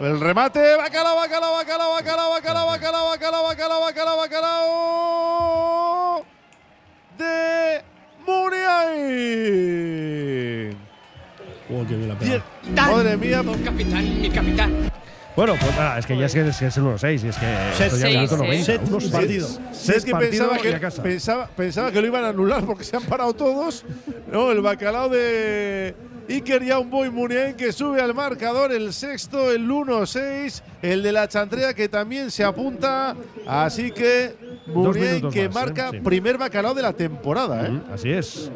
El remate, bacalao, bacalao, bacalao, bacalao, bacalao, bacalao, bacalao, bacalao, bacalao, bacalao. oh, De Muniain. Oh, qué bien la pegado. Madre mía, capitán, mi capitán. Bueno, pues nada, es que ya es que es, que es el 1-6 y es que esto ya seis, es el seis. 90, Set, unos seis. partidos. Es Seis que pensaba que, partidos y a casa. pensaba, pensaba que lo iban a anular porque se han parado todos. No, el bacalao de Iker Yaumbo y Muniain que sube al marcador el sexto, el 1-6, el de la chantrea que también se apunta. Así que Muniain minutos que más, marca ¿eh? Sí. primer bacalao de la temporada. ¿eh? Mm, Así es.